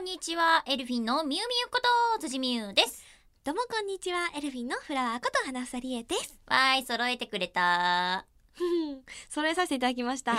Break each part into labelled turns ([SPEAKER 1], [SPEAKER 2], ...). [SPEAKER 1] んにちは、エルフィンのみゆみゆこと、辻みゆです。
[SPEAKER 2] どうもこんにちは、エルフィンのフラワーこと花さりえ です。
[SPEAKER 1] わーい、揃えてくれた。
[SPEAKER 2] ふふん揃えさせていただきま した。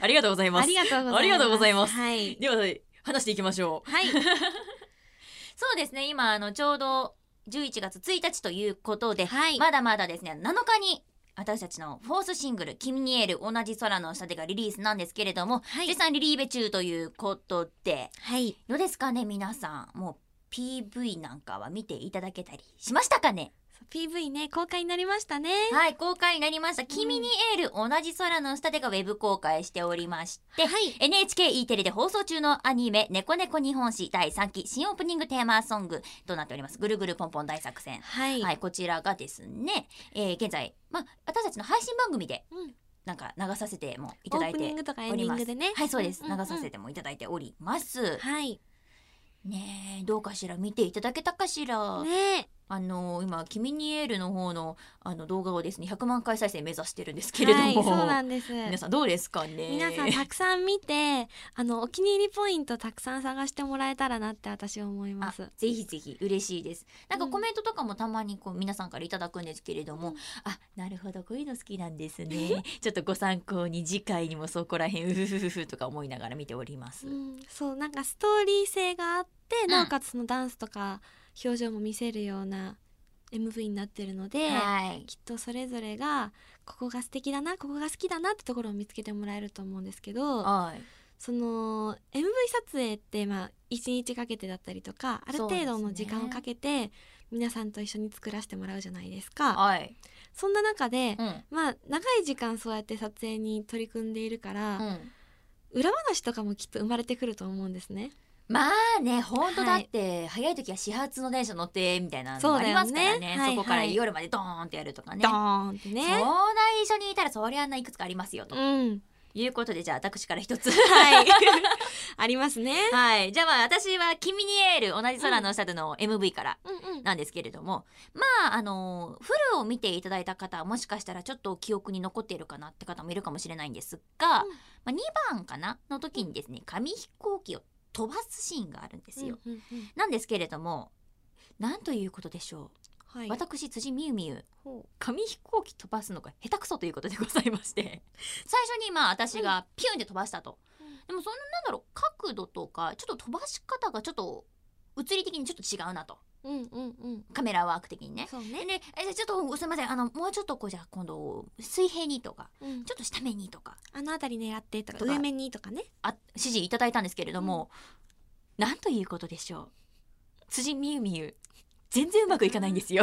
[SPEAKER 3] ありがとうございま
[SPEAKER 2] あ
[SPEAKER 3] す。
[SPEAKER 2] りがとうございます。
[SPEAKER 3] ありがとうございます
[SPEAKER 2] はい。
[SPEAKER 3] では、話していきましょ
[SPEAKER 2] はい。
[SPEAKER 1] そうですね、今、あの、ちょうど11月1日ということで、
[SPEAKER 2] はい。
[SPEAKER 1] まだまだですね、7日に、私たちのフォースシングル、君に得る同じ空の下でがリリースなんですけれども、
[SPEAKER 2] はい
[SPEAKER 1] 絶賛リリーベ中ということで、
[SPEAKER 2] はい。
[SPEAKER 1] どうですかね、皆さん。もう PV なんかは見ていただけたりしましたかね
[SPEAKER 2] PV ね、公開になりましたね。
[SPEAKER 1] はい、公開になりました。君に得る同じ空の下でがウェブ公開しておりまして、
[SPEAKER 2] はい。
[SPEAKER 1] NHKE テレで放送中のアニメ「猫猫日本史」第3期新オープニングテーマソングとなっております「ぐるぐるポンポン大作戦」
[SPEAKER 2] はい。
[SPEAKER 1] はい、こちらがですね、えー現在、まあ、私たちの配信番組で
[SPEAKER 2] うん
[SPEAKER 1] なんか流させてもい
[SPEAKER 2] オ
[SPEAKER 1] ただ
[SPEAKER 2] ー
[SPEAKER 1] い
[SPEAKER 2] プニン
[SPEAKER 1] て
[SPEAKER 2] グとかエ
[SPEAKER 1] お
[SPEAKER 2] ン
[SPEAKER 1] り
[SPEAKER 2] ディン
[SPEAKER 1] ま
[SPEAKER 2] グ
[SPEAKER 1] す
[SPEAKER 2] でね。
[SPEAKER 1] はいそうです
[SPEAKER 2] うんうん
[SPEAKER 1] 流
[SPEAKER 2] うん
[SPEAKER 1] させてもいただいております
[SPEAKER 2] はい。
[SPEAKER 1] ねえどうかしら見ていただけたかしら、
[SPEAKER 2] ね
[SPEAKER 1] あのー今「君にエール」の方のあの動画をですね100万回再生目指してるんですけれども、
[SPEAKER 2] はい、そうなんです。
[SPEAKER 1] 皆さんどうですかね
[SPEAKER 2] 皆さんたくさん見て、あの、お気に入りポイントたくさん探してもらえたらなって私は思い
[SPEAKER 1] あ
[SPEAKER 2] ます。
[SPEAKER 1] ぜひぜひ嬉しいですなんか
[SPEAKER 2] うん
[SPEAKER 1] コメントとかもたまにこう皆さんからいただくんですけれども、あなるほどこういうの好きなんですね ちょっとご参考に次回にもそこら辺うふふふふとか思いながら見ております、
[SPEAKER 2] うん、そうなんかストーリー性があって、
[SPEAKER 1] ん
[SPEAKER 2] なおかつそのダンスとか表情も見せるような MV になってるので、
[SPEAKER 1] はい
[SPEAKER 2] きっとそれぞれがここが素敵だなここが好きだなってところを見つけてもらえると思うんですけど
[SPEAKER 1] はい
[SPEAKER 2] その MV 撮影ってまあ1日かけてだったりとかある程度の時間をかけて、皆さんと一緒に作らせてもらうじゃないですか。
[SPEAKER 1] はい
[SPEAKER 2] そんな中で、
[SPEAKER 1] うん
[SPEAKER 2] まあ長い時間そうやって撮影に取り組んでいるから、
[SPEAKER 1] うん
[SPEAKER 2] 裏話とかもきっと生まれてくると思うんですね。
[SPEAKER 1] まあね本当だって、早い時は始発の電車乗ってみたいなの
[SPEAKER 2] そ
[SPEAKER 1] も
[SPEAKER 2] う
[SPEAKER 1] あ
[SPEAKER 2] だ
[SPEAKER 1] り
[SPEAKER 2] よね
[SPEAKER 1] ますからねそ
[SPEAKER 2] はいはい
[SPEAKER 1] こから夜までドーンってやるとかね
[SPEAKER 2] ドーンってね
[SPEAKER 1] そ。んな一緒にいたらそりゃあんないくつかありますよと
[SPEAKER 2] うん。
[SPEAKER 1] いうことでじゃあ私から一つ
[SPEAKER 2] はい。ありますね。
[SPEAKER 1] はい。じゃあまあ私は君にエール同じ空の下での MV から
[SPEAKER 2] うんうん。
[SPEAKER 1] なんですけれども、まああのフルを見ていただいた方はもしかしたらちょっと記憶に残っているかなって方もいるかもしれないんですが、
[SPEAKER 2] うん
[SPEAKER 1] まあ、2番かなの時にですね紙飛行機を飛ばすシーンがあるんですよ。
[SPEAKER 2] うんうんうん
[SPEAKER 1] なんですけれどもなんということでしょ
[SPEAKER 2] は
[SPEAKER 1] う、
[SPEAKER 2] い。
[SPEAKER 1] 私辻みゆみゆ
[SPEAKER 2] ほ
[SPEAKER 1] 紙飛行機飛ばすのが下手くそということでございまして 最初にまあ私がピュンって飛ばしたと、
[SPEAKER 2] うん
[SPEAKER 1] でもそのなんだろう角度とかちょっと飛ばし方がちょっと物理的にちょっと違うなと
[SPEAKER 2] う。うんうんうん。
[SPEAKER 1] カメラワーク的にね。
[SPEAKER 2] そう
[SPEAKER 1] で
[SPEAKER 2] ね。
[SPEAKER 1] ねえじゃあちょっとすいませんあのもうちょっとこうじゃあ今度水平にとか
[SPEAKER 2] うん
[SPEAKER 1] ちょっと下目にとか
[SPEAKER 2] あのあたり狙ってとか
[SPEAKER 1] とか
[SPEAKER 2] 上目にとかね。
[SPEAKER 1] あ指示いただいたんですけれども、なんということでしょう辻みゆみゆ全然うまくいかないんですよ。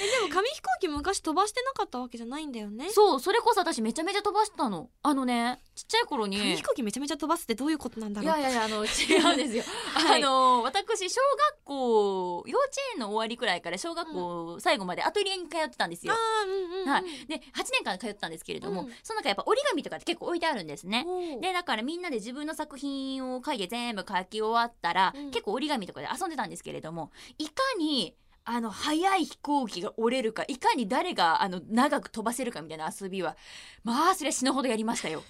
[SPEAKER 2] えでも紙飛行機昔飛ばしてなかったわけじゃないんだよね。
[SPEAKER 1] そうそれこそ私めちゃめちゃ飛ばしたのあのねちっちゃい頃に
[SPEAKER 2] 紙飛行機めちゃめちゃ飛ばすってどういうことなんだ
[SPEAKER 1] い
[SPEAKER 2] ろ
[SPEAKER 1] や
[SPEAKER 2] う。
[SPEAKER 1] いやいやあの違うんですよ。
[SPEAKER 2] はい
[SPEAKER 1] あの私小学校幼稚園の終わりくらいから小学校最後までアトリエに通ってたんです
[SPEAKER 2] あ
[SPEAKER 1] よ。
[SPEAKER 2] ーうんうんうん。
[SPEAKER 1] はいで8年間通ってたんですけれども、
[SPEAKER 2] うん
[SPEAKER 1] その中やっぱ折り紙とかって結構置いてあるんですね。
[SPEAKER 2] ほう。
[SPEAKER 1] でだからみんなで自分の作品を書いて全部書き終わったら、
[SPEAKER 2] うん
[SPEAKER 1] 結構折り紙とかで遊んでたんですけれどもいかにあの速い飛行機が折れるかいかに誰があの長く飛ばせるかみたいな遊びはまあそれは死ぬほどやりました よ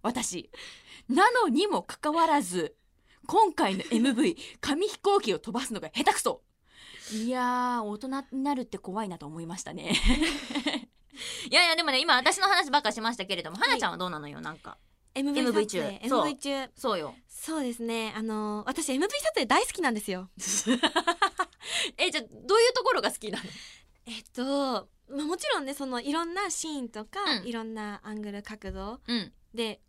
[SPEAKER 1] 私。なのにもかかわらず今回の MV 紙飛行機を飛ばすのが下手くそいやー大人になるって怖いなと思いました ね。いやいやでもね今私の話ばっかしましたけれども、
[SPEAKER 2] い
[SPEAKER 1] はなちゃんはどうなのよなんか MV 中
[SPEAKER 2] MV 撮影
[SPEAKER 1] そう
[SPEAKER 2] MV 中。
[SPEAKER 1] そうよ
[SPEAKER 2] そうですね。あのー私 MV 撮影大好きなんですよ。
[SPEAKER 1] えじゃあどういうところが好きなの
[SPEAKER 2] えっと、まあもちろんねそのいろんなシーンとか
[SPEAKER 1] うん
[SPEAKER 2] いろんなアングル角度
[SPEAKER 1] うん
[SPEAKER 2] で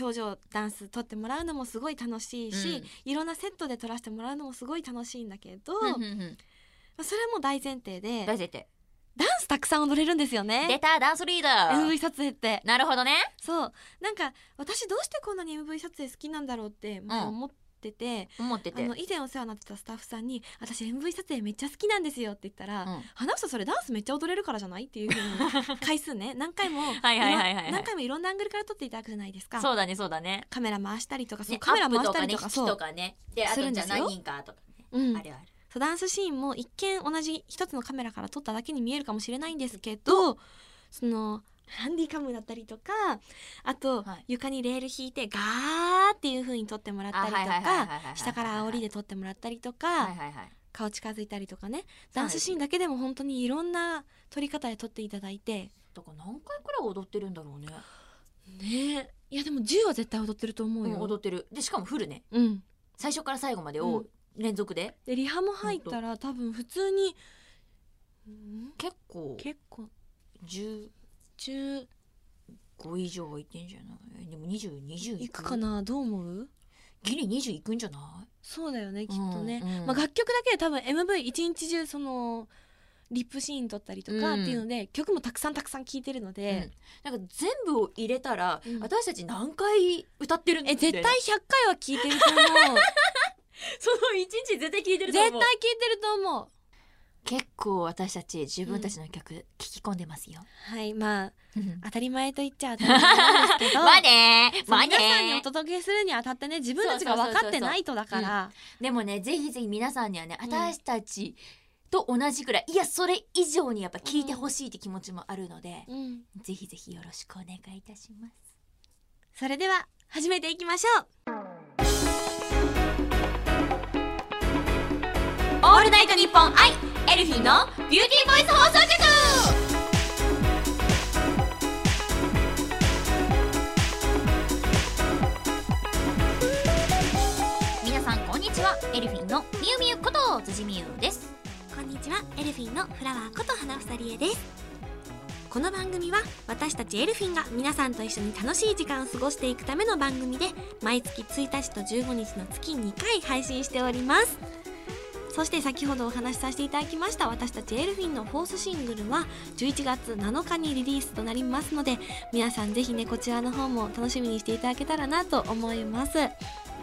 [SPEAKER 2] 表情ダンス撮ってもらうのもすごい楽しいし、いろんなセットで撮らせてもらうのもすごい楽しいんだけど、
[SPEAKER 1] うん
[SPEAKER 2] まあそれはもう大前提で
[SPEAKER 1] 大前提
[SPEAKER 2] ダンスたくさん踊れるんですよ
[SPEAKER 1] 出
[SPEAKER 2] ね
[SPEAKER 1] たダンスリーダー、
[SPEAKER 2] MV 撮影って
[SPEAKER 1] なるほどね
[SPEAKER 2] そうなんか私どうしてこんなに MV 撮影好きなんだろうって前
[SPEAKER 1] うん
[SPEAKER 2] 思ってて、
[SPEAKER 1] 思ってて
[SPEAKER 2] あの以前お世話になってたスタッフさんに「私 MV 撮影めっちゃ好きなんですよ」って言ったら「
[SPEAKER 1] うん
[SPEAKER 2] 花房それダンスめっちゃ踊れるからじゃない?」っていうふ うに回数ね何回も
[SPEAKER 1] はいはいはいはいはい
[SPEAKER 2] ろん何回もいろんなアングルから撮っていただくじゃないですか
[SPEAKER 1] そうだねそうだね
[SPEAKER 2] カメラ回したりとかそう、
[SPEAKER 1] ね
[SPEAKER 2] カメラ回したり
[SPEAKER 1] ア
[SPEAKER 2] と
[SPEAKER 1] ッ
[SPEAKER 2] か
[SPEAKER 1] プ
[SPEAKER 2] そう
[SPEAKER 1] とかね引きとかねであ
[SPEAKER 2] する
[SPEAKER 1] と
[SPEAKER 2] ん
[SPEAKER 1] じ
[SPEAKER 2] で
[SPEAKER 1] ゃあ
[SPEAKER 2] すよ
[SPEAKER 1] 何人かとかね、
[SPEAKER 2] うん
[SPEAKER 1] あるある
[SPEAKER 2] そうダンスシーンも一見同じ一つのカメラから撮っただけに見えるかもしれないんですけどそのハンディカムだったりとかあと、
[SPEAKER 1] はい
[SPEAKER 2] 床にレール引いてガーっていう風に撮ってもらったりとか
[SPEAKER 1] か
[SPEAKER 2] 下から煽りで撮ってもらったりとか、
[SPEAKER 1] はいはいはい
[SPEAKER 2] 顔近づいたりとかねダンスシーンだけでも本当にいろんな撮り方で撮っていただいて
[SPEAKER 1] だから何回くらい踊ってるんだろうね
[SPEAKER 2] ねいやでも10は絶対踊ってると思う
[SPEAKER 1] うん
[SPEAKER 2] よ、
[SPEAKER 1] 踊ってるでしかもフルね
[SPEAKER 2] うん、
[SPEAKER 1] 最初から最後まで
[SPEAKER 2] う
[SPEAKER 1] を
[SPEAKER 2] ん
[SPEAKER 1] 連続で、
[SPEAKER 2] でリハも入ったら多分普通に、うん
[SPEAKER 1] 結構
[SPEAKER 2] 結構
[SPEAKER 1] 15
[SPEAKER 2] 中
[SPEAKER 1] 以上はいってんじゃないでも2020
[SPEAKER 2] いくかなどう思う
[SPEAKER 1] ギリ20いくんじゃない
[SPEAKER 2] そうだよねきっとね、
[SPEAKER 1] うんうん
[SPEAKER 2] まあ、楽曲だけで多分 MV 一日中そのリップシーン撮ったりとかっ
[SPEAKER 1] うん
[SPEAKER 2] ていうので、曲もたくさんたくさん聴いてるので、
[SPEAKER 1] なんか全部を入れたら、
[SPEAKER 2] うん
[SPEAKER 1] 私たち何回歌ってるんだ
[SPEAKER 2] え
[SPEAKER 1] よね
[SPEAKER 2] 絶対100回は聴いてると 思う
[SPEAKER 1] その一日絶対聞いてる
[SPEAKER 2] 絶
[SPEAKER 1] と
[SPEAKER 2] 対
[SPEAKER 1] 思
[SPEAKER 2] 聴
[SPEAKER 1] う
[SPEAKER 2] いてると思う
[SPEAKER 1] 結構私たち自分たちの曲聞き込んでますよ、
[SPEAKER 2] はいまあ
[SPEAKER 1] うん
[SPEAKER 2] 当たり前と言っちゃ当たり前なんですけ ど
[SPEAKER 1] まあね
[SPEAKER 2] その
[SPEAKER 1] まあね
[SPEAKER 2] 皆さんにお届けするにあたってね自分たちが分かってないとだから
[SPEAKER 1] でもねぜひぜひ皆さんにはね
[SPEAKER 2] ん
[SPEAKER 1] 私たちと同じくらいいやそれ以上にやっぱ聞いてほしいって気持ちもあるので、
[SPEAKER 2] うん
[SPEAKER 1] ぜひぜひよろしくお願いいたします
[SPEAKER 2] それでは始めていきましょう
[SPEAKER 1] オールナイトニッポンアイエルフィンのビューティーボイス放送局皆さんこんにちはエルフィンのみゆみゆこと辻みゆです
[SPEAKER 2] こんにちはエルフィンのフラワーこと花房理恵ですこの番組は私たちエルフィンが皆さんと一緒に楽しい時間を過ごしていくための番組で毎月1日と15日の月2回配信しておりますそして先ほどお話しさせていただきました私たちエルフィンのフォースシングルは11月7日にリリースとなりますので皆さんぜひねこちらの方も楽しみにしていただけたらなと思います
[SPEAKER 1] だっ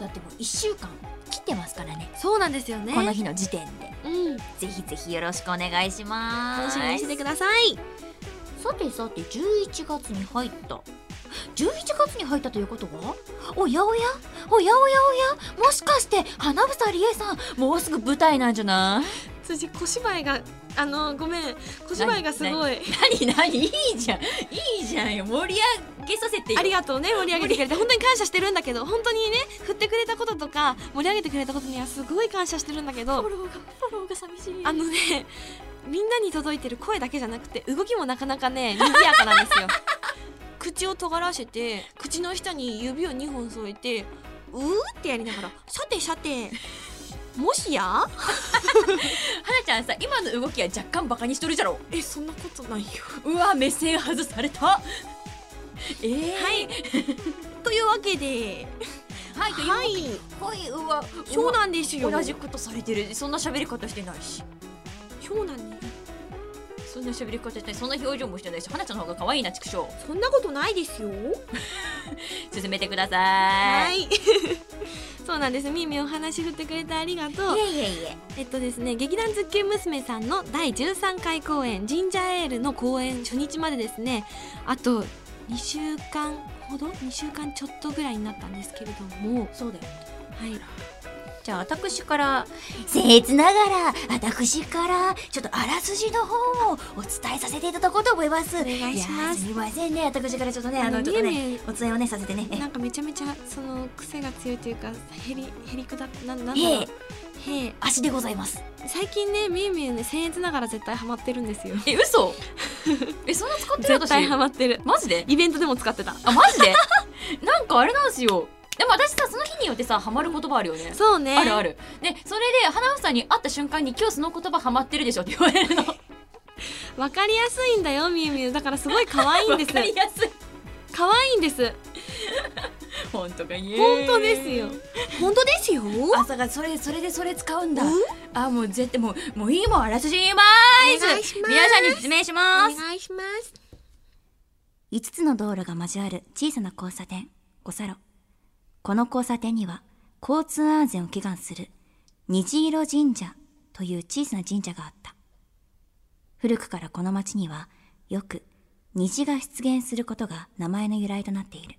[SPEAKER 1] てもう1週間切ってますからね
[SPEAKER 2] そうなんですよね
[SPEAKER 1] この日の時点で
[SPEAKER 2] うん
[SPEAKER 1] ぜひぜひよろしくお願いしま
[SPEAKER 2] 楽
[SPEAKER 1] す
[SPEAKER 2] しみにしててください
[SPEAKER 1] さてさて11月に入った11月に入ったということはおやおやおやおやおやもしかして花房理恵さんもうすぐ舞台なんじゃない
[SPEAKER 2] 辻小芝居があのごめん小
[SPEAKER 1] 芝居がすご
[SPEAKER 2] い
[SPEAKER 1] 何何いいじゃんいいじゃんよ盛り上げさせてよ
[SPEAKER 2] ありがとうね盛り上げてくれて本当に感謝してるんだけど本当にね振ってくれたこととか盛り上げてくれたことにはすごい感謝してるんだけど
[SPEAKER 1] ローがフォローが寂しい
[SPEAKER 2] あのねみんなに届いてる声だけじゃなくて動きもなかなかね賑やかなんですよ 口を尖らせて口の下に指を2本添えてうーってやりながらさてさてもしや
[SPEAKER 1] 花ちゃんさ今の動きは若干バカにしとるじゃろ
[SPEAKER 2] えそんなことないよ
[SPEAKER 1] うわ目線外されたえー、
[SPEAKER 2] はいというわけで
[SPEAKER 1] はいという
[SPEAKER 2] はい
[SPEAKER 1] はいうわ
[SPEAKER 2] そうなんですよ
[SPEAKER 1] 同じことされてるそんな喋り方してないし
[SPEAKER 2] そうなんです
[SPEAKER 1] そんな喋り方してないそんな表情もしてないし花ちゃんの方が可愛いな畜生
[SPEAKER 2] そんなことないですよ。
[SPEAKER 1] 進めてください。
[SPEAKER 2] い。 そうなんです。みーみーお話振ってくれてありがとう。
[SPEAKER 1] いえいえいえ。
[SPEAKER 2] えっとですね、劇団ズッキュン娘さんの第13回公演、ジンジャーエールの公演初日までですね、あと2週間ほど、2週間ちょっとぐらいになったんですけれども、
[SPEAKER 1] そうだよ。
[SPEAKER 2] はい。
[SPEAKER 1] じゃあ私から僭越ながら私からちょっとあらすじの方をお伝えさせていただこうと思います。お
[SPEAKER 2] 願いします
[SPEAKER 1] すみませんね私からちょっとねあの
[SPEAKER 2] み
[SPEAKER 1] ちょっと
[SPEAKER 2] ーみ
[SPEAKER 1] ねお伝えをねさせてね。
[SPEAKER 2] ーなんかめちゃめちゃその癖が強いというか、へり、へりくだ、なん、なんだろ
[SPEAKER 1] へ
[SPEAKER 2] う
[SPEAKER 1] え。
[SPEAKER 2] へえ
[SPEAKER 1] 足でございます。
[SPEAKER 2] 最近ね、みーみーね、僭越ながら絶対ハマってるんですよ。
[SPEAKER 1] え嘘？ えそんな使ってる
[SPEAKER 2] 絶
[SPEAKER 1] 私？
[SPEAKER 2] 対ハマってる。
[SPEAKER 1] マジで？
[SPEAKER 2] イベントでも使ってた。
[SPEAKER 1] あマジで？なんかあれなんですよ。でも私さその日によってさハマる言葉あるよね。
[SPEAKER 2] そうね。
[SPEAKER 1] あるある。ねそれで花房に会った瞬間に今日その言葉ハマってるでしょって言われるの。
[SPEAKER 2] わかりやすいんだよみゆみゆだからすごい可愛いんです
[SPEAKER 1] わかり やすい。
[SPEAKER 2] 可愛いんです
[SPEAKER 1] 本当かい
[SPEAKER 2] 本当ですよ本当ですよ
[SPEAKER 1] 朝がそれそれでそれ使うんだ
[SPEAKER 2] うん
[SPEAKER 1] あもう絶対もうもういいもんあらすじ言いまーす
[SPEAKER 2] お願いします
[SPEAKER 1] 皆さんに説明します
[SPEAKER 2] 願いします
[SPEAKER 4] 5つの道路が交わる小さな交差点、五差路。この交差点には、交通安全を祈願する、虹色神社という小さな神社があった。古くからこの町には、よく虹が出現することが名前の由来となっている。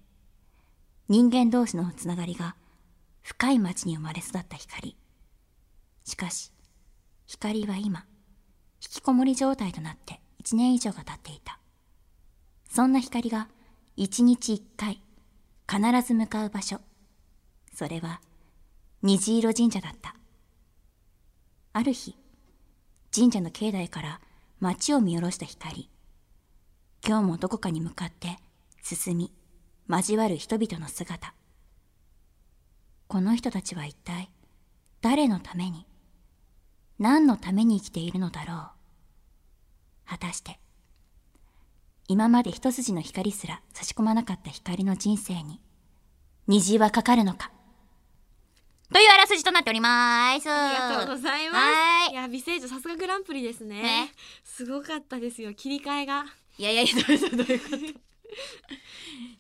[SPEAKER 4] 人間同士のつながりが、深い町に生まれ育った光。しかし、光は今、引きこもり状態となって1年以上が経っていた。そんな光が一日一回必ず向かう場所それは虹色神社だったある日神社の境内から町を見下ろした光今日もどこかに向かって進み交わる人々の姿この人たちは一体誰のために何のために生きているのだろう果たして今まで一筋の光すら差し込まなかった光の人生に虹はかかるのかというあらすじとなっております
[SPEAKER 2] ありがとうございます。
[SPEAKER 4] はーい
[SPEAKER 2] や、美声女さすがグランプリですね
[SPEAKER 4] ね
[SPEAKER 2] すごかったですよ。切り替えが。
[SPEAKER 1] いやいやいやどういうことどういうこと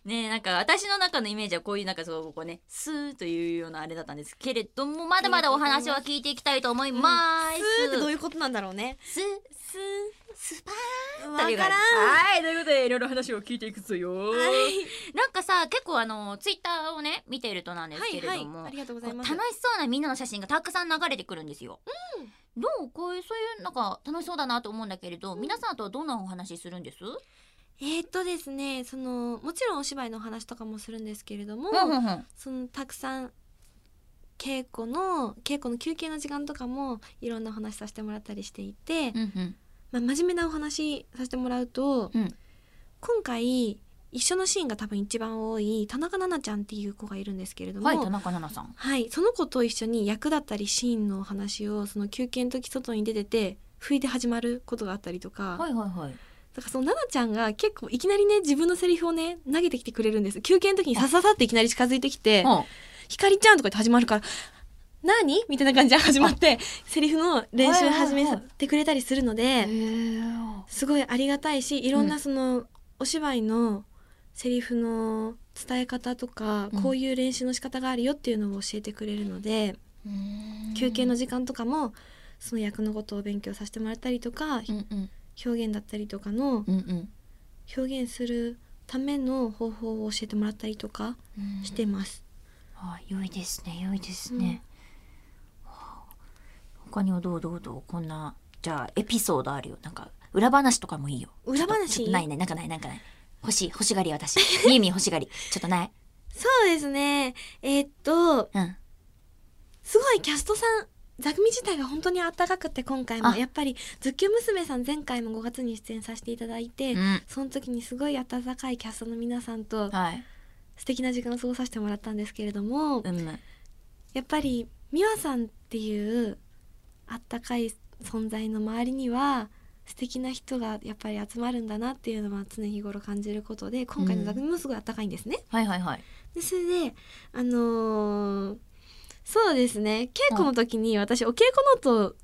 [SPEAKER 1] ねえなんか私の中のイメージはこういうなんかそうこうねスーというようなあれだったんですけれどもまだまだお話は聞いていきたいと思います、
[SPEAKER 2] スーってどういうことなんだろうね。
[SPEAKER 1] スー
[SPEAKER 2] スー。
[SPEAKER 1] スパ
[SPEAKER 2] わ
[SPEAKER 1] ーという
[SPEAKER 2] からん。
[SPEAKER 1] はいということでいろいろ話を聞いていくぞよ、
[SPEAKER 2] はい
[SPEAKER 1] なんかさ結構あのツイッターをね見ているとなんですけれども、
[SPEAKER 2] はいはい、ありがとうござい
[SPEAKER 1] こう
[SPEAKER 2] ま
[SPEAKER 1] 楽
[SPEAKER 2] す。
[SPEAKER 1] しそうなみんなの写真がたくさん流れてくるんですよ。どうこういうそういうなんか楽しそうだなと思うんだけれど、皆さんとはどんなお話するんです？
[SPEAKER 2] えーっとですね、そのもちろんお芝居のお話とかもするんですけれども、
[SPEAKER 1] んうん。
[SPEAKER 2] そのたくさん稽古の稽古の休憩の時間とかもいろんなお話させてもらったりしていて、
[SPEAKER 1] うんうん。
[SPEAKER 2] まあ真面目なお話させてもらうと、
[SPEAKER 1] うん
[SPEAKER 2] 今回一緒のシーンが多分一番多い田中奈々ちゃんっていう子がいるんですけれども、
[SPEAKER 1] はい田中奈々さん。
[SPEAKER 2] はい、その子と一緒に役だったりシーンのお話をその休憩の時外に出てて不意で始まることがあったりとか、
[SPEAKER 1] はいはいはい。
[SPEAKER 2] だからその奈々ちゃんが結構いきなりね自分のセリフをね投げてきてくれるんです休憩の時にさささっていきなり近づいてきて
[SPEAKER 1] うん
[SPEAKER 2] 「ひかりちゃん」とか言って始まるから「何?」みたいな感じで始まってセリフの練習を始め
[SPEAKER 1] はいはいは
[SPEAKER 2] てくれたりするので、すごいありがたいしいろん
[SPEAKER 1] う
[SPEAKER 2] なその、お芝居のセリフの伝え方とか、
[SPEAKER 1] うん
[SPEAKER 2] こういう練習の仕方があるよっていうのを教えてくれるので、
[SPEAKER 1] うん
[SPEAKER 2] 休憩の時間とかもその役のことを勉強させてもらったりとか、
[SPEAKER 1] うんうん
[SPEAKER 2] 表現だったりとかの
[SPEAKER 1] うんうん
[SPEAKER 2] 表現するための方法を教えてもらったりとか
[SPEAKER 1] うん
[SPEAKER 2] してます。
[SPEAKER 4] あ良いですね良いですね、はあ他にはどうどうどうこんなじゃあエピソードあるよなんか裏話とかもいいよ
[SPEAKER 2] 裏話
[SPEAKER 4] ちょっとちょっとないねなんかないなんかない欲しい欲しがり私 みえみえ欲しがりちょっとない
[SPEAKER 2] そうですねえーっと
[SPEAKER 4] うん
[SPEAKER 2] すごいキャストさん座組自体が本当にあったかくて今回も
[SPEAKER 4] あ
[SPEAKER 2] やっぱり「ズッキュン娘さん」前回も5月に出演させていただいて、
[SPEAKER 1] うん
[SPEAKER 2] その時にすごい温かいキャストの皆さんと
[SPEAKER 1] はい
[SPEAKER 2] 素敵な時間を過ごさせてもらったんですけれども、
[SPEAKER 1] うんうん
[SPEAKER 2] やっぱり美和さんっていうあったかい存在の周りには素敵な人がやっぱり集まるんだなっていうのは常日頃感じることで今回の座組もすごいあったかいんですね。
[SPEAKER 1] はいはいはい。
[SPEAKER 2] でそれであのーそうですね稽古の時に私お稽古ノートを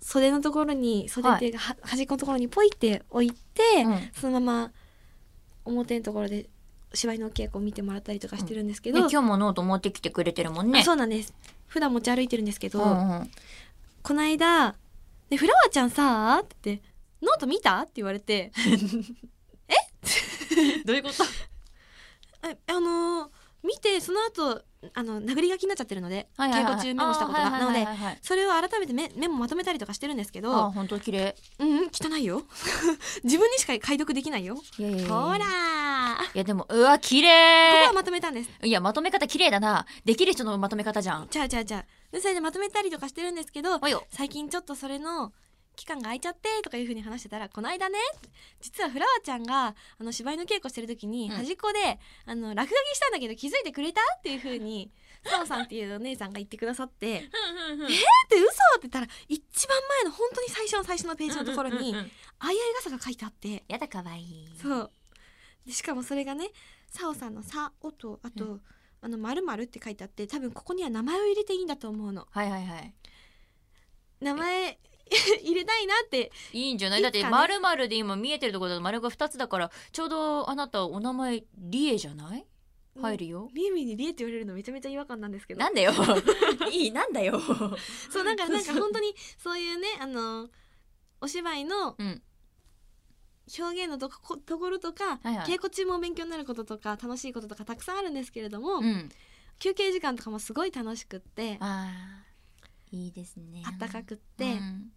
[SPEAKER 2] 袖のところに袖手がは端っこのところにポイって置いて、
[SPEAKER 1] うん
[SPEAKER 2] そのまま表のところで芝居のお稽古を見てもらったりとかしてるんですけ
[SPEAKER 1] ね
[SPEAKER 2] ど、
[SPEAKER 1] 今日もノート持ってきてくれてるもん
[SPEAKER 2] あ
[SPEAKER 1] ね。
[SPEAKER 2] そうなんです普段持ち歩いてるんですけど、
[SPEAKER 1] うんうん。
[SPEAKER 2] この間「ねフラワーちゃんさ」って「ノート見た?」って言われて
[SPEAKER 3] どうい うこと
[SPEAKER 2] 「ああのー見てその後あの殴り書きになっちゃってるので、
[SPEAKER 1] はいはいはい
[SPEAKER 2] 稽古中メモしたことが
[SPEAKER 1] あー
[SPEAKER 2] なの
[SPEAKER 1] はい
[SPEAKER 2] で
[SPEAKER 1] はいはいはい
[SPEAKER 2] それを改めてメメモまとめたりとかしてるんですけ
[SPEAKER 1] あー
[SPEAKER 2] ど
[SPEAKER 1] 本当綺麗。
[SPEAKER 2] うんうん汚いよ 自分にしか解読できないよ
[SPEAKER 1] いやいやいやいや
[SPEAKER 2] ほらーこ
[SPEAKER 1] いやでもうわ綺
[SPEAKER 2] こ
[SPEAKER 1] 麗
[SPEAKER 2] は。まとめたんです
[SPEAKER 1] いやまとめ方綺麗だな。できる人のまとめ方じゃん。
[SPEAKER 2] じゃあじゃあじゃあそれでまとめたりとかしてるんですけど
[SPEAKER 1] おいよ。
[SPEAKER 2] 最近ちょっとそれの期間が空いちゃってとかいう風に話してたらこの間ね実はフラワーちゃんがあの芝居の稽古してる時に
[SPEAKER 1] うん
[SPEAKER 2] 端っこで、あの落書きしたんだけど気づいてくれたっていう風にサオさんっていうお姉さんが言ってくださって「えっ?」て嘘って言ったら一番前の本当に最初の最初のページのところに
[SPEAKER 1] うんうんうんうん
[SPEAKER 2] 相合い傘が書いてあって
[SPEAKER 4] やだかわいい
[SPEAKER 2] そうでしかもそれがねサオさんの「サオ」とあと「あの〇〇って書いてあって多分ここには名前を入れていいんだと思うの。
[SPEAKER 1] はいはいはい。
[SPEAKER 2] 名前 入れたいなって
[SPEAKER 1] いいんじゃない
[SPEAKER 2] いい
[SPEAKER 1] だ
[SPEAKER 2] か
[SPEAKER 1] っ
[SPEAKER 2] ね
[SPEAKER 1] て丸々で今見えてるところだと丸が2つだからちょうどあなたお名前リエじゃない入るよ、
[SPEAKER 2] みゆみにリエって言われるのめちゃめちゃ違和感なんですけど
[SPEAKER 1] なんだ よいいなんだよ
[SPEAKER 2] そうなんかなんか本当にそういうねあのお芝居の
[SPEAKER 1] うん
[SPEAKER 2] 表現のとこところとか、
[SPEAKER 1] はいはい
[SPEAKER 2] 稽古中も勉強になることとか楽しいこととかたくさんあるんですけれども、
[SPEAKER 1] うん
[SPEAKER 2] 休憩時間とかもすごい楽しくってあ
[SPEAKER 1] あーいいですね
[SPEAKER 2] ったか
[SPEAKER 1] く
[SPEAKER 2] くって、
[SPEAKER 1] うん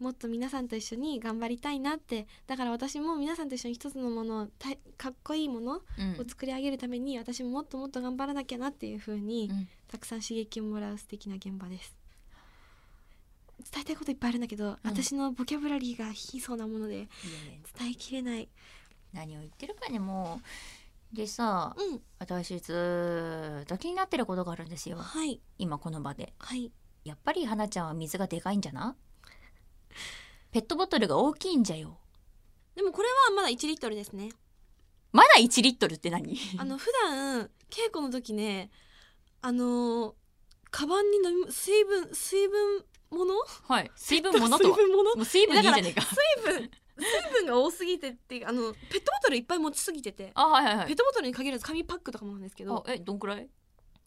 [SPEAKER 2] もっと皆さんと一緒に頑張りたいなってだから私も皆さんと一緒に一つのものをたかっこいいものを
[SPEAKER 1] うん
[SPEAKER 2] 作り上げるために私ももっともっと頑張らなきゃなっていう風に、
[SPEAKER 1] うん
[SPEAKER 2] たくさん刺激をもらう素敵な現場です伝えたいこといっぱいあるんだけど、私のボキャブラリーがひいそうなもので
[SPEAKER 1] いやいや
[SPEAKER 2] 伝えきれない
[SPEAKER 1] 何を言ってるかねもうでさ
[SPEAKER 2] うん
[SPEAKER 1] 私ずっと気になってることがあるんですよ
[SPEAKER 2] はい
[SPEAKER 1] 今この場で
[SPEAKER 2] はい
[SPEAKER 1] やっぱり花ちゃんは水がでかいんじゃなペットボトルが大きいんじゃよ
[SPEAKER 2] でもこれはまだ1リットルですね
[SPEAKER 1] まだ1リットルって何
[SPEAKER 2] あの普段稽古の時ねあのーカバンに飲み水分水分もの
[SPEAKER 1] はい水分物と
[SPEAKER 2] 水
[SPEAKER 1] は
[SPEAKER 2] 分もの
[SPEAKER 1] もう水分いいじゃねえか
[SPEAKER 2] 水分水分が多すぎてっていうあのペットボトルいっぱい持ちすぎてて
[SPEAKER 1] あはいはいは
[SPEAKER 2] ペッ
[SPEAKER 1] い
[SPEAKER 2] トボトルに限らず紙パックとかもなんですけ
[SPEAKER 1] あ
[SPEAKER 2] ど
[SPEAKER 1] えどんくらい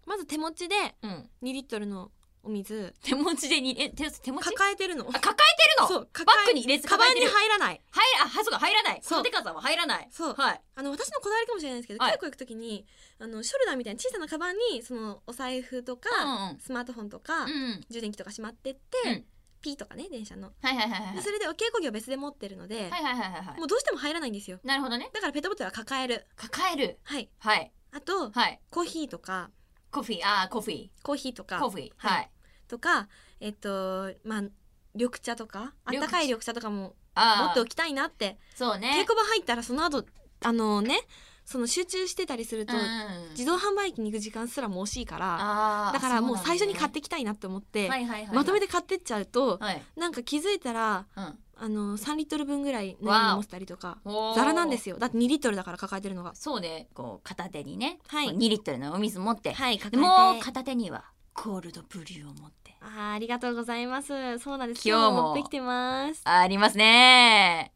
[SPEAKER 2] まず手持ちで
[SPEAKER 1] うん
[SPEAKER 2] 2リットルのお水
[SPEAKER 1] 手持ちでにえ手手持ち
[SPEAKER 2] 抱えてるの
[SPEAKER 1] あ抱えてるの
[SPEAKER 2] そう抱え
[SPEAKER 1] バッグに入れず
[SPEAKER 2] カ
[SPEAKER 1] 抱え
[SPEAKER 2] バン
[SPEAKER 1] て
[SPEAKER 2] に
[SPEAKER 1] る
[SPEAKER 2] 入らない
[SPEAKER 1] 入らあはそうか入らない
[SPEAKER 2] そう
[SPEAKER 1] そのでかさは入らない
[SPEAKER 2] そう
[SPEAKER 1] はい
[SPEAKER 2] あの私のこだわりかもしれないですけど、
[SPEAKER 1] はい
[SPEAKER 2] 稽古行く時にあのショルダーみたいな小さなカバンにそのお財布とか、
[SPEAKER 1] うんうん
[SPEAKER 2] スマートフォンとか、
[SPEAKER 1] うん
[SPEAKER 2] 充電器とかしまってって、
[SPEAKER 1] うん
[SPEAKER 2] ピーとかね電車の
[SPEAKER 1] はいはいはいはい
[SPEAKER 2] でそれでお稽古着を別で持ってるの
[SPEAKER 1] は
[SPEAKER 2] で、
[SPEAKER 1] いはいはいはいはい
[SPEAKER 2] もうどうしても入らないんですよ
[SPEAKER 1] なるほどね
[SPEAKER 2] だからペットボトルは抱える
[SPEAKER 1] 抱える
[SPEAKER 2] はい
[SPEAKER 1] はい
[SPEAKER 2] あと
[SPEAKER 1] はい
[SPEAKER 2] コーヒーとか
[SPEAKER 1] コフィーあーコフィー
[SPEAKER 2] コーヒーとか
[SPEAKER 1] コフィーはい
[SPEAKER 2] とかえっとまあ緑茶とかあっ
[SPEAKER 1] 緑茶
[SPEAKER 2] たかい緑茶とかも持
[SPEAKER 1] あ
[SPEAKER 2] ってお
[SPEAKER 1] ー
[SPEAKER 2] きたいなって
[SPEAKER 1] そう
[SPEAKER 2] 稽
[SPEAKER 1] ね
[SPEAKER 2] 古場入ったらその後あのねその集中してたりすると、
[SPEAKER 1] うん
[SPEAKER 2] 自動販売機に行く時間すらも惜しいから
[SPEAKER 1] あー
[SPEAKER 2] だからもう最初に買っ
[SPEAKER 1] そ
[SPEAKER 2] てきたいなって思っ
[SPEAKER 1] う
[SPEAKER 2] て、
[SPEAKER 1] なんだねはいはいはい
[SPEAKER 2] まとめて買ってっちゃうと、
[SPEAKER 1] はい
[SPEAKER 2] なんか気づいたら
[SPEAKER 1] うん
[SPEAKER 2] あの3リットル分ぐらい飲み
[SPEAKER 1] わお
[SPEAKER 2] 持ってたりとか
[SPEAKER 1] おー
[SPEAKER 2] ザラなんですよだって2リットルだから抱えてるのが
[SPEAKER 1] そうねこう片手にね
[SPEAKER 2] はい
[SPEAKER 1] こう2リットルのお水持って
[SPEAKER 2] はい抱
[SPEAKER 1] で
[SPEAKER 2] えて
[SPEAKER 1] もう片手にはコールドブリューを持って
[SPEAKER 2] あーありがとうございますそうなんです
[SPEAKER 1] 今日も
[SPEAKER 2] 持ってきてます
[SPEAKER 1] ありますね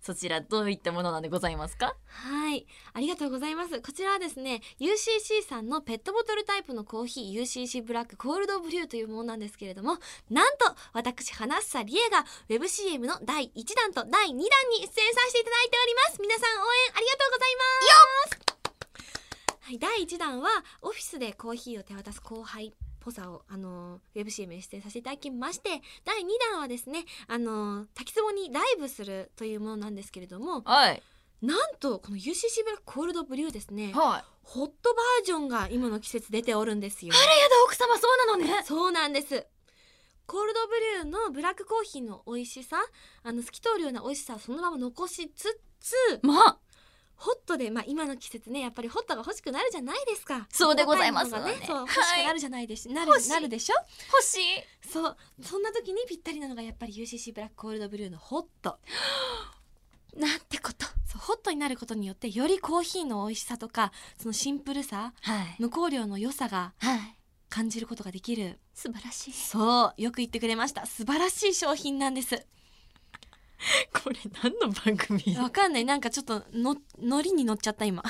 [SPEAKER 1] そちらどういったものなんでございますか
[SPEAKER 2] はいありがとうございますこちらはですね UCC さんのペットボトルタイプのコーヒー UCC ブラックコールドブリューというものなんですけれどもなんと私花房理恵が WebCM の第1弾と第2弾に出演させていただいております皆さん応援ありがとうございますはい、第1弾はオフィスでコーヒーを手渡す後輩っぽさをあのー WebCM に出演させていただきまして第2弾はですねあのー滝壺にライブするというものなんですけれども
[SPEAKER 1] はい
[SPEAKER 2] なんとこの UCC ブラックコールドブリューですね
[SPEAKER 1] はい
[SPEAKER 2] ホットバージョンが今の季節出ておるんですよ
[SPEAKER 1] やだ奥様そうなのね
[SPEAKER 2] そうなんですコールドブリューのブラックコーヒーの美味しさあの透き通るような美味しさをそのまま残しつつ
[SPEAKER 1] まあ
[SPEAKER 2] ホットで、まあ、今の季節ねやっぱりホットが欲しくなるじゃないですか
[SPEAKER 1] そうでございます
[SPEAKER 2] ホットタイムのがねそう
[SPEAKER 1] はい
[SPEAKER 2] 欲しくなるじゃないです、なる
[SPEAKER 1] 欲しい
[SPEAKER 2] なるでしょ
[SPEAKER 1] 欲しい
[SPEAKER 2] そうそんな時にぴったりなのがやっぱり UCC ブラックコールドブルーのホット なんてことそうホットになることによってよりコーヒーの美味しさとかそのシンプルさ
[SPEAKER 1] はい
[SPEAKER 2] 無香料の良さが
[SPEAKER 1] はい
[SPEAKER 2] 感じることができる
[SPEAKER 1] 素晴らしい
[SPEAKER 2] そうよく言ってくれました素晴らしい商品なんです
[SPEAKER 1] これ何の番組
[SPEAKER 2] わかんないなんかちょっとのノリに乗っちゃった今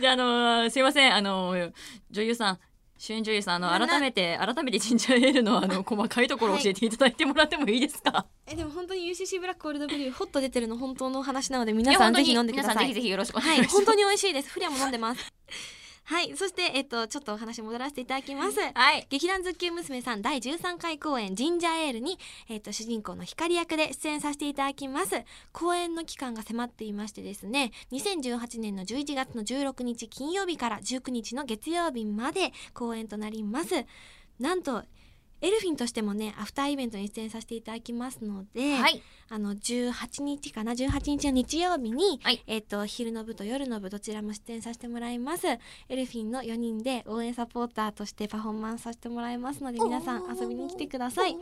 [SPEAKER 1] じゃあ、あのーすいません、あのー女優さん、主演女優さん、あ
[SPEAKER 2] な
[SPEAKER 1] の、
[SPEAKER 2] な
[SPEAKER 1] 改めて、改めてジンジャーエールの、あの、細かいところ
[SPEAKER 2] はい
[SPEAKER 1] 教えていただいてもらってもいいです か、
[SPEAKER 2] えでも本当に UCC ブラックコールドブリューホット出てるの本当の話なので
[SPEAKER 1] い
[SPEAKER 2] 皆
[SPEAKER 1] や
[SPEAKER 2] さ
[SPEAKER 1] 本
[SPEAKER 2] ん
[SPEAKER 1] 当
[SPEAKER 2] ぜ
[SPEAKER 1] に
[SPEAKER 2] ひ飲んでください
[SPEAKER 1] 皆さん、ぜひぜひよろしくお願い
[SPEAKER 2] は
[SPEAKER 1] し
[SPEAKER 2] い、
[SPEAKER 1] ます。
[SPEAKER 2] 本当に美味しいです。フリアも飲んでます。 はい、そしてえっとちょっとお話戻らせていただきます。
[SPEAKER 1] はい。
[SPEAKER 2] 劇団ズッキュン娘さん第13回公演ジンジャーエールに、えっと主人公の光役で出演させていただきます公演の期間が迫っていましてですね2018年の11月の16日金曜日から19日の月曜日まで公演となりますなんとエルフィンとしてもねアフターイベントに出演させていただきますので、
[SPEAKER 1] はい。
[SPEAKER 2] あの18日かな18日の日曜日に、
[SPEAKER 1] はい
[SPEAKER 2] えっと昼の部と夜の部どちらも出演させてもらいますエルフィンの4人で応援サポーターとしてパフォーマンスさせてもらいますので皆さん遊びに来てください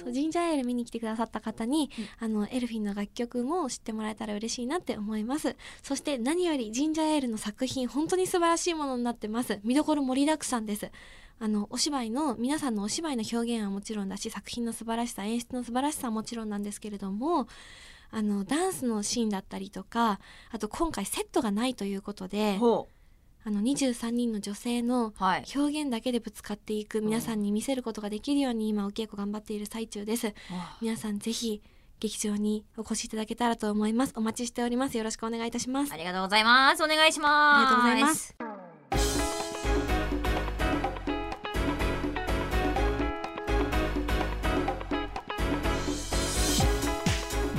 [SPEAKER 2] そうジンジャーエール見に来てくださった方に、あのエルフィンの楽曲も知ってもらえたら嬉しいなって思いますそして何よりジンジャーエールの作品本当に素晴らしいものになってます見どころ盛りだくさんですあのお芝居の皆さんのお芝居の表現はもちろんだし作品の素晴らしさ演出の素晴らしさはもちろんなんですけれどもあのダンスのシーンだったりとかあと今回セットがないということで
[SPEAKER 1] ほ
[SPEAKER 2] あの23人の女性の
[SPEAKER 1] う。はい。
[SPEAKER 2] 表現だけでぶつかっていく皆さんに見せることができるように今お稽古頑張っている最中です皆さんぜひ劇場にお越しいただけたらと思いますお待ちしておりますよろしくお願いいたします
[SPEAKER 1] ありがとうございます。お願いします。
[SPEAKER 2] ありがとうございま。す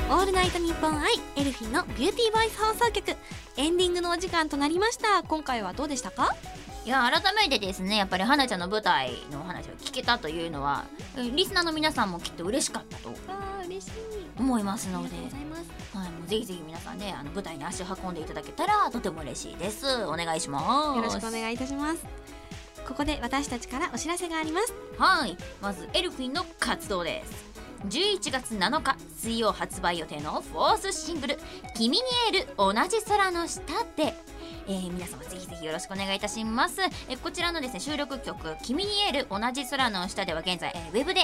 [SPEAKER 2] ールナイトニッポン愛エルフィンのビューティーボイス放送局エンディングのお時間となりました今回はどうでしたか
[SPEAKER 4] いや改めてですねやっぱり花ちゃんの舞台のお話を聞けたというのはリスナーの皆さんもきっと嬉しかったと
[SPEAKER 2] あ嬉しい
[SPEAKER 4] 思います
[SPEAKER 2] あ
[SPEAKER 4] ので、
[SPEAKER 2] います
[SPEAKER 4] はい、もうぜひぜひ皆さんねあの舞台に足を運んでいただけたらとても嬉しいですお願いします
[SPEAKER 2] よろしくお願いいたしますここで私たちからお知らせがあります
[SPEAKER 4] はいまずエルフィンの活動です11月7日水曜発売予定のフォースシングル「君にエール同じ空の下で」えー皆様ぜひぜひよろしくお願いいたします、えーこちらのですね収録曲「君にエール同じ空の下」では現在、えーウェブで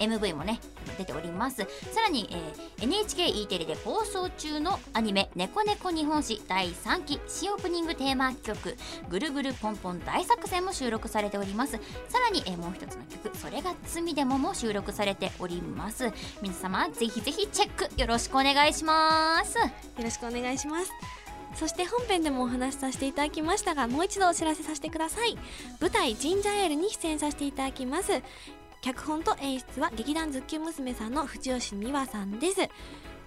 [SPEAKER 4] MV もね出ておりますさらに、えー NHKE テレで放送中のアニメ「猫猫日本史」第3期新オープニングテーマ曲「ぐるぐるポンポン大作戦」も収録されておりますさらに、えーもう一つの曲「それが罪でも」も収録されております皆様ぜひぜひチェックよろしくお願いします
[SPEAKER 2] よろしくお願いしますそして本編でもお話しさせていただきましたがもう一度お知らせさせてください舞台「ジンジャーエール」に出演させていただきます脚本と演出は劇団ズッキュン娘さんの藤吉美和さんです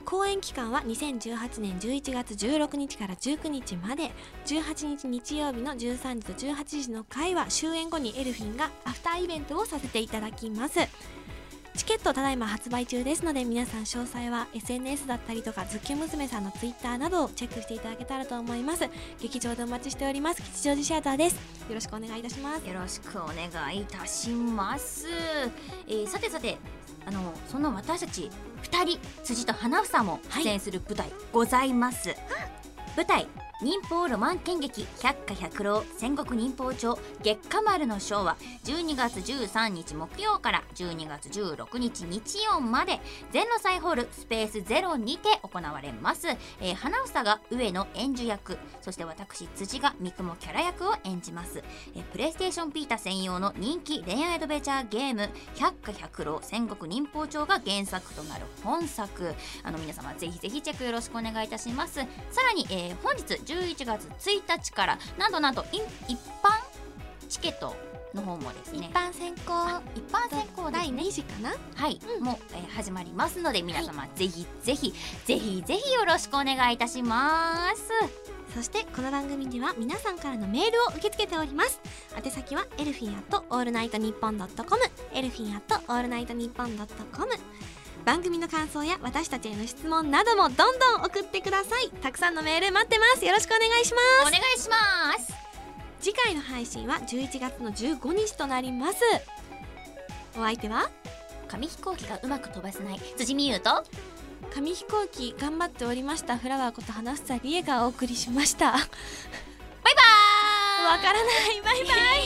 [SPEAKER 2] 公演期間は2018年11月16日から19日まで18日日曜日の13時と18時の会は終演後にエルフィンがアフターイベントをさせていただきますチケットただいま発売中ですので皆さん詳細は SNS だったりとかズッキュン娘さんの Twitter などをチェックしていただけたらと思います劇場でお待ちしております吉祥寺シアターですよろしくお願いいたします
[SPEAKER 4] よろしくお願いいたします、えーさてさてあのその私たち2人辻と花房も
[SPEAKER 2] はい
[SPEAKER 4] 出演する舞台ございます、舞台忍法ロマン剣劇百花百郎戦国忍法帳月下丸の章は12月13日木曜から12月16日日曜まで全路祭ホールスペースゼロにて行われます、えー、花房が上野演じ役そして私辻が三雲キャラ役を演じますえープレイステーションピータ専用の人気恋愛アドベンチャーゲーム「百花百郎戦国忍法帳」が原作となる本作あの皆様ぜひぜひチェックよろしくお願いいたしますさらに、えー本日11月1日からなんとなんとい一般チケットの方もですね
[SPEAKER 2] 般選考
[SPEAKER 4] 一般選考
[SPEAKER 2] 第
[SPEAKER 4] 第ね
[SPEAKER 2] 2次かな
[SPEAKER 4] はい、もう、えー始まりますので皆様、ぜひぜひぜひぜひよろしくお願いいたします
[SPEAKER 2] そしてこの番組では皆さんからのメールを受け付けております宛先はエルフィンアットオールナイトニッポンドットコムエルフィンアットオールナイトニッポンドットコム番組の感想や私たちへの質問などもどんどん送ってくださいたくさんのメール待ってますよろしくお願いします
[SPEAKER 4] お願いします
[SPEAKER 2] 次回の配信は11月の15日となりますお相手は
[SPEAKER 4] 紙飛行機がうまく飛ばせない辻美優と
[SPEAKER 2] 紙飛行機頑張っておりましたフラワーこと花房理恵がお送りしましたわ
[SPEAKER 4] バイバーイ
[SPEAKER 2] からないバイバイ